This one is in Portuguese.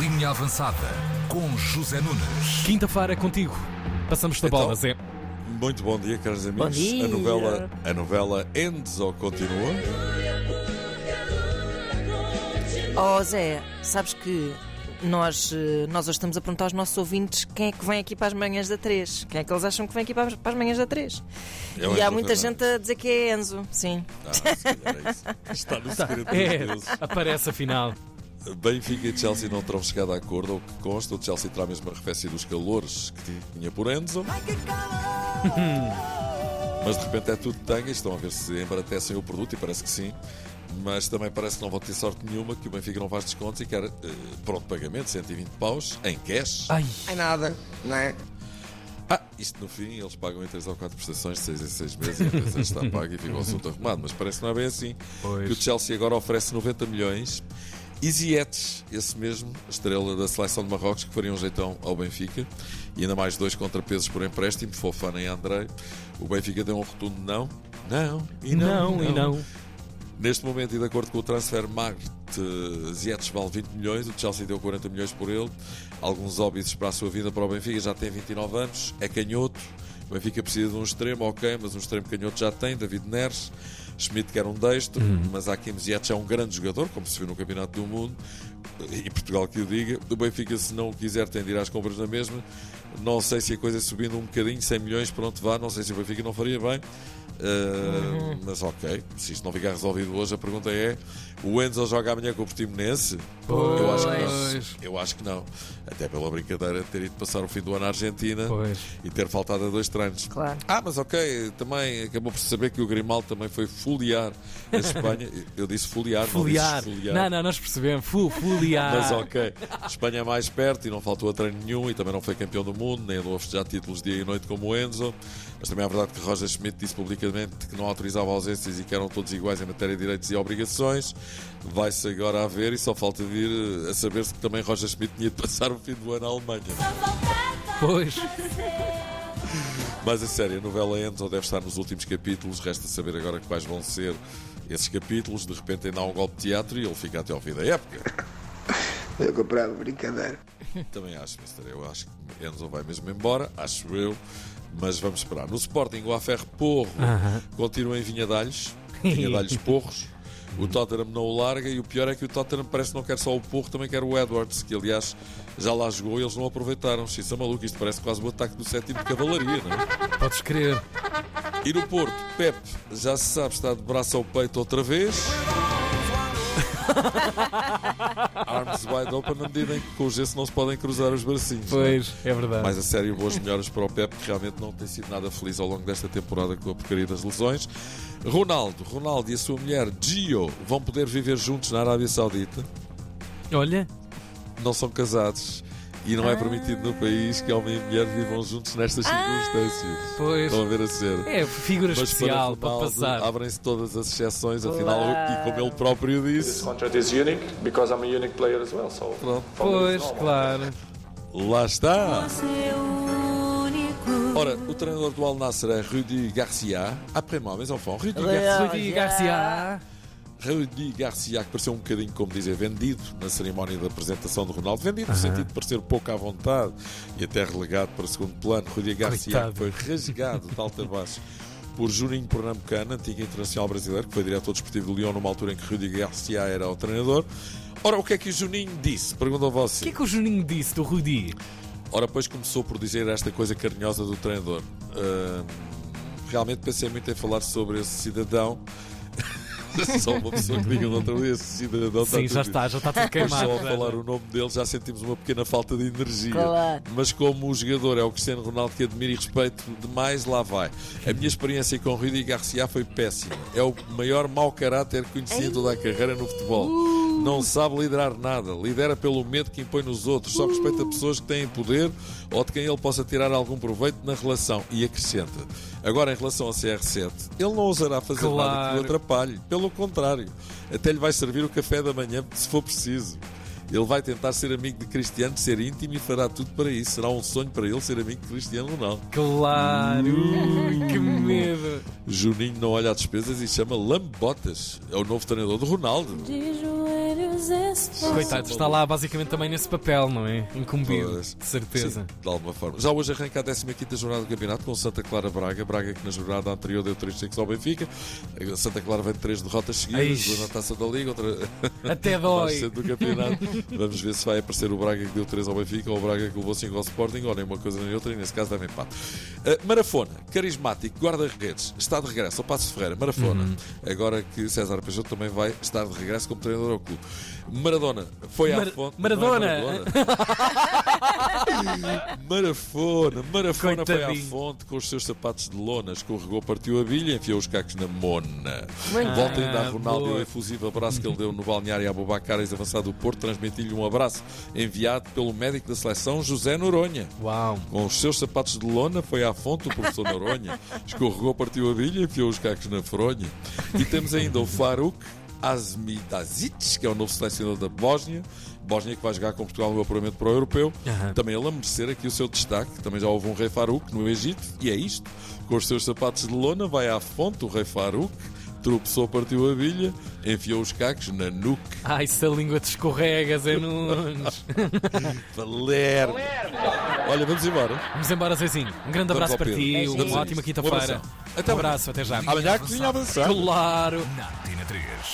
Linha Avançada com José Nunes. Quinta-feira é contigo. Passamos da bola, Então? Zé. Muito bom dia, caros amigos. dia. A novela, a novela Ends ou continua? Oh Zé, sabes que nós, eh, nós hoje estamos a perguntar aos nossos ouvintes quem é que vem aqui para as manhãs da 3. Quem é que eles acham que vem aqui para as, para as manhãs da 3? É o e há Enzo muita Fernandes. gente a dizer que é Enzo, sim. Ah, se calhar é isso. Está no segredo É, dos deuses. aparece afinal. Benfica e Chelsea não terão chegado a acordo. Ao que consta, o Chelsea terá mesmo arrefecido os calores que tinha por Enzo. Mas de repente é tudo tanga e estão a ver se embaratecem o produto e parece que sim. Mas também parece que não vão ter sorte nenhuma, que o Benfica não faz descontos e quer eh, pronto pagamento, 120 paus, em cash. Ai, É nada, não é? Ah, isto no fim eles pagam em 3 ou 4 prestações de 6 em 6 meses e a empresa está paga e fica o assunto arrumado. Mas parece que não é bem assim. Pois. Que o Chelsea agora oferece 90 milhões. E Zietes, esse mesmo, estrela da seleção de Marrocos, que faria um jeitão ao Benfica. E ainda mais dois contrapesos por empréstimo, Fofana e Andrei. O Benfica deu um rotundo não. Não, e não, não, e não. Neste momento, e de acordo com o transfer market, Zietes vale 20 milhões, o Chelsea deu 40 milhões por ele. Alguns óbitos para a sua vida para o Benfica, já tem 29 anos, é canhoto. O Benfica precisa de um extremo, ok, mas um extremo canhoto já tem, David Neres. Schmidt quer um destro, mas Hakim Ziyech é um grande jogador, como se viu no Campeonato do Mundo, e Portugal que o diga. O Benfica, se não o quiser, tem de ir às compras na mesma. Não sei se a coisa subindo um bocadinho, 100 milhões, pronto, vá, não sei se o Benfica não faria bem. Uh, Uhum. Mas ok, se isto não ficar resolvido hoje, a pergunta é: o Enzo joga amanhã com o Portimonense? Eu acho que não. Pois. Eu acho que não. Até pela brincadeira de ter ido passar o fim do ano à Argentina Pois. e ter faltado a dois treinos. Claro. Ah, mas ok, também acabou por saber que o Grimaldo também foi foliar a Espanha. Eu disse foliar, Foliar. não disse foliar. Não, não, nós percebemos. Fu, foliar. Mas ok, Espanha é mais perto e não faltou a treino nenhum e também não foi campeão do mundo, nem andou a festejar títulos dia e noite como o Enzo. Mas também é verdade que Roger Schmidt disse publicamente que não autorizava ausências e que eram todos iguais em matéria de direitos e obrigações. Vai-se agora a ver e só falta vir eh, a saber-se que também Roger Schmidt tinha de passar o fim do ano à Alemanha. Pois. Mas a sério, a novela Enzo deve estar nos últimos capítulos, resta saber agora quais vão ser esses capítulos. De repente ainda há um golpe de teatro e ele fica até ao fim da época. Eu comprava brincadeira. Também acho, mister, eu acho que Enzo vai mesmo embora, acho eu, mas vamos esperar. No Sporting, o Aferro Porro continua em Vinhadalhos, Vinhadalhos Porros. O Tottenham não o larga e o pior é que o Tottenham parece que não quer só o Porro, também quer o Edwards, que aliás já lá jogou e eles não aproveitaram. Xisa maluco, isto parece quase o ataque do sétimo de cavalaria, não é? Podes crer. E no Porto, Pepe, já se sabe, está de braço ao peito outra vez. Arms wide open na medida em que com o gesso não se podem cruzar os bracinhos. não é? Pois, é verdade. Mais a sério, boas melhoras para o Pepe, que realmente não tem sido nada feliz ao longo desta temporada com a porcaria das lesões. Ronaldo, Ronaldo e a sua mulher Gio vão poder viver juntos na Arábia Saudita. Olha, Não são casados e não é permitido no país que homem e mulher vivam juntos nestas circunstâncias. Ah! pois. Estão a ver a ser. É figura especial para, Ronaldo passar. Abrem-se todas as exceções, afinal, e como ele próprio This disse, contract is unique because I'm a unique player as well. So for me, Pois, it's normal. claro. lá está. Ora, o treinador do Al Nasser é Rudy Garcia. Après moi, mes enfants, Rudy Garcia. Rui Garcia. Rudy Garcia, que pareceu um bocadinho, como dizer, vendido na cerimónia da apresentação do Ronaldo. Vendido no sentido de parecer pouco à vontade e até relegado para segundo plano. Rudy Garcia Coitado. que foi rasgado de alta base por Juninho Pernambucano, antigo internacional brasileiro, que foi diretor desportivo do Lyon numa altura em que Rudy Garcia era o treinador. Ora, o que é que o Juninho disse? Perguntam O que é vocês. que o Juninho disse do Rudi? Ora, pois começou por dizer esta coisa carinhosa do treinador. Ahm, realmente pensei muito em falar sobre esse cidadão. Só uma pessoa que diga outra vez, esse cidadão tá Sim, já tudo está, já está tudo mas queimado. só ao falar o nome dele já sentimos uma pequena falta de energia. Claro. Mas como o jogador é o Cristiano Ronaldo que admiro e respeito demais, lá vai. A minha experiência com o Rui Garcia foi péssima. É o maior mau caráter que conheci em toda a carreira no futebol. Não sabe liderar nada, lidera pelo medo que impõe nos outros, só respeita pessoas que têm poder ou de quem ele possa tirar algum proveito na relação. E acrescenta. Agora, em relação ao CR7, ele não ousará fazer nada que Claro. o atrapalhe. Pelo contrário, até lhe vai servir o café da manhã se for preciso. Ele vai tentar ser amigo de Cristiano, ser íntimo e fará tudo para isso. Será um sonho para ele ser amigo de Cristiano Ronaldo. Claro. Ui, que medo. Juninho não olha às despesas e chama Lambotas. É o novo treinador do Ronaldo. De joelhos Coitado, está lá basicamente também nesse papel, não é? Incumbido, Pois. de certeza. Sim, de alguma forma. Já hoje arranca a 15 jornada do campeonato com Santa Clara Braga. Braga que na jornada anterior deu 3-5 ao Benfica. Santa Clara vem de 3 derrotas seguidas, Eish. duas na taça da Liga, outra Até mais dói. cedo do campeonato. Vamos ver se vai aparecer o Braga que deu 3 ao Benfica ou o Braga que levou 5 ao Sporting, ou nem uma coisa nem outra, e nesse caso deve empate. Uh, Marafona, carismático, guarda-redes, está de regresso ao Passo Ferreira. Marafona, Uhum. agora que César Peixoto também vai estar de regresso como treinador ao clube. Maradona, foi à Mar- fonte. Maradona! Não é Marafona, Marafona foi à Coitadinho. fonte com os seus sapatos de lona, escorregou, partiu a bilha e enfiou os cacos na mona. Muito Volta ainda a Ah, Ronaldo e o boa. efusivo abraço que ele deu no balneário a Abubacar, ex-avançado do Porto, transmitiu-lhe um abraço enviado pelo médico da seleção José Noronha. Uau. Com os seus sapatos de lona, foi à fonte do professor Noronha, escorregou, partiu a bilha e enfiou os cacos na fronha. E temos ainda o Faruk Asmidazic, que é o novo selecionador da Bósnia, Bósnia que vai jogar com Portugal no apuramento para o europeu. Aham. Também ele a merecer aqui o seu destaque. Também já houve um rei Faruk no Egito, e é isto. Com os seus sapatos de lona, vai à fonte o rei Faruk, tropeçou, partiu a bilha, enfiou os cacos na nuca. Ai, se a língua te escorrega, Zé Nunes. Valerme! Olha, vamos embora. Vamos embora, Zezinho. Um grande Vamos abraço ao para Pedro. ti, Vamos uma a ótima isso. quinta-feira. Um abração. Um abraço, até já. Amanhã a cozinha avançada. Claro. Na Tina 3.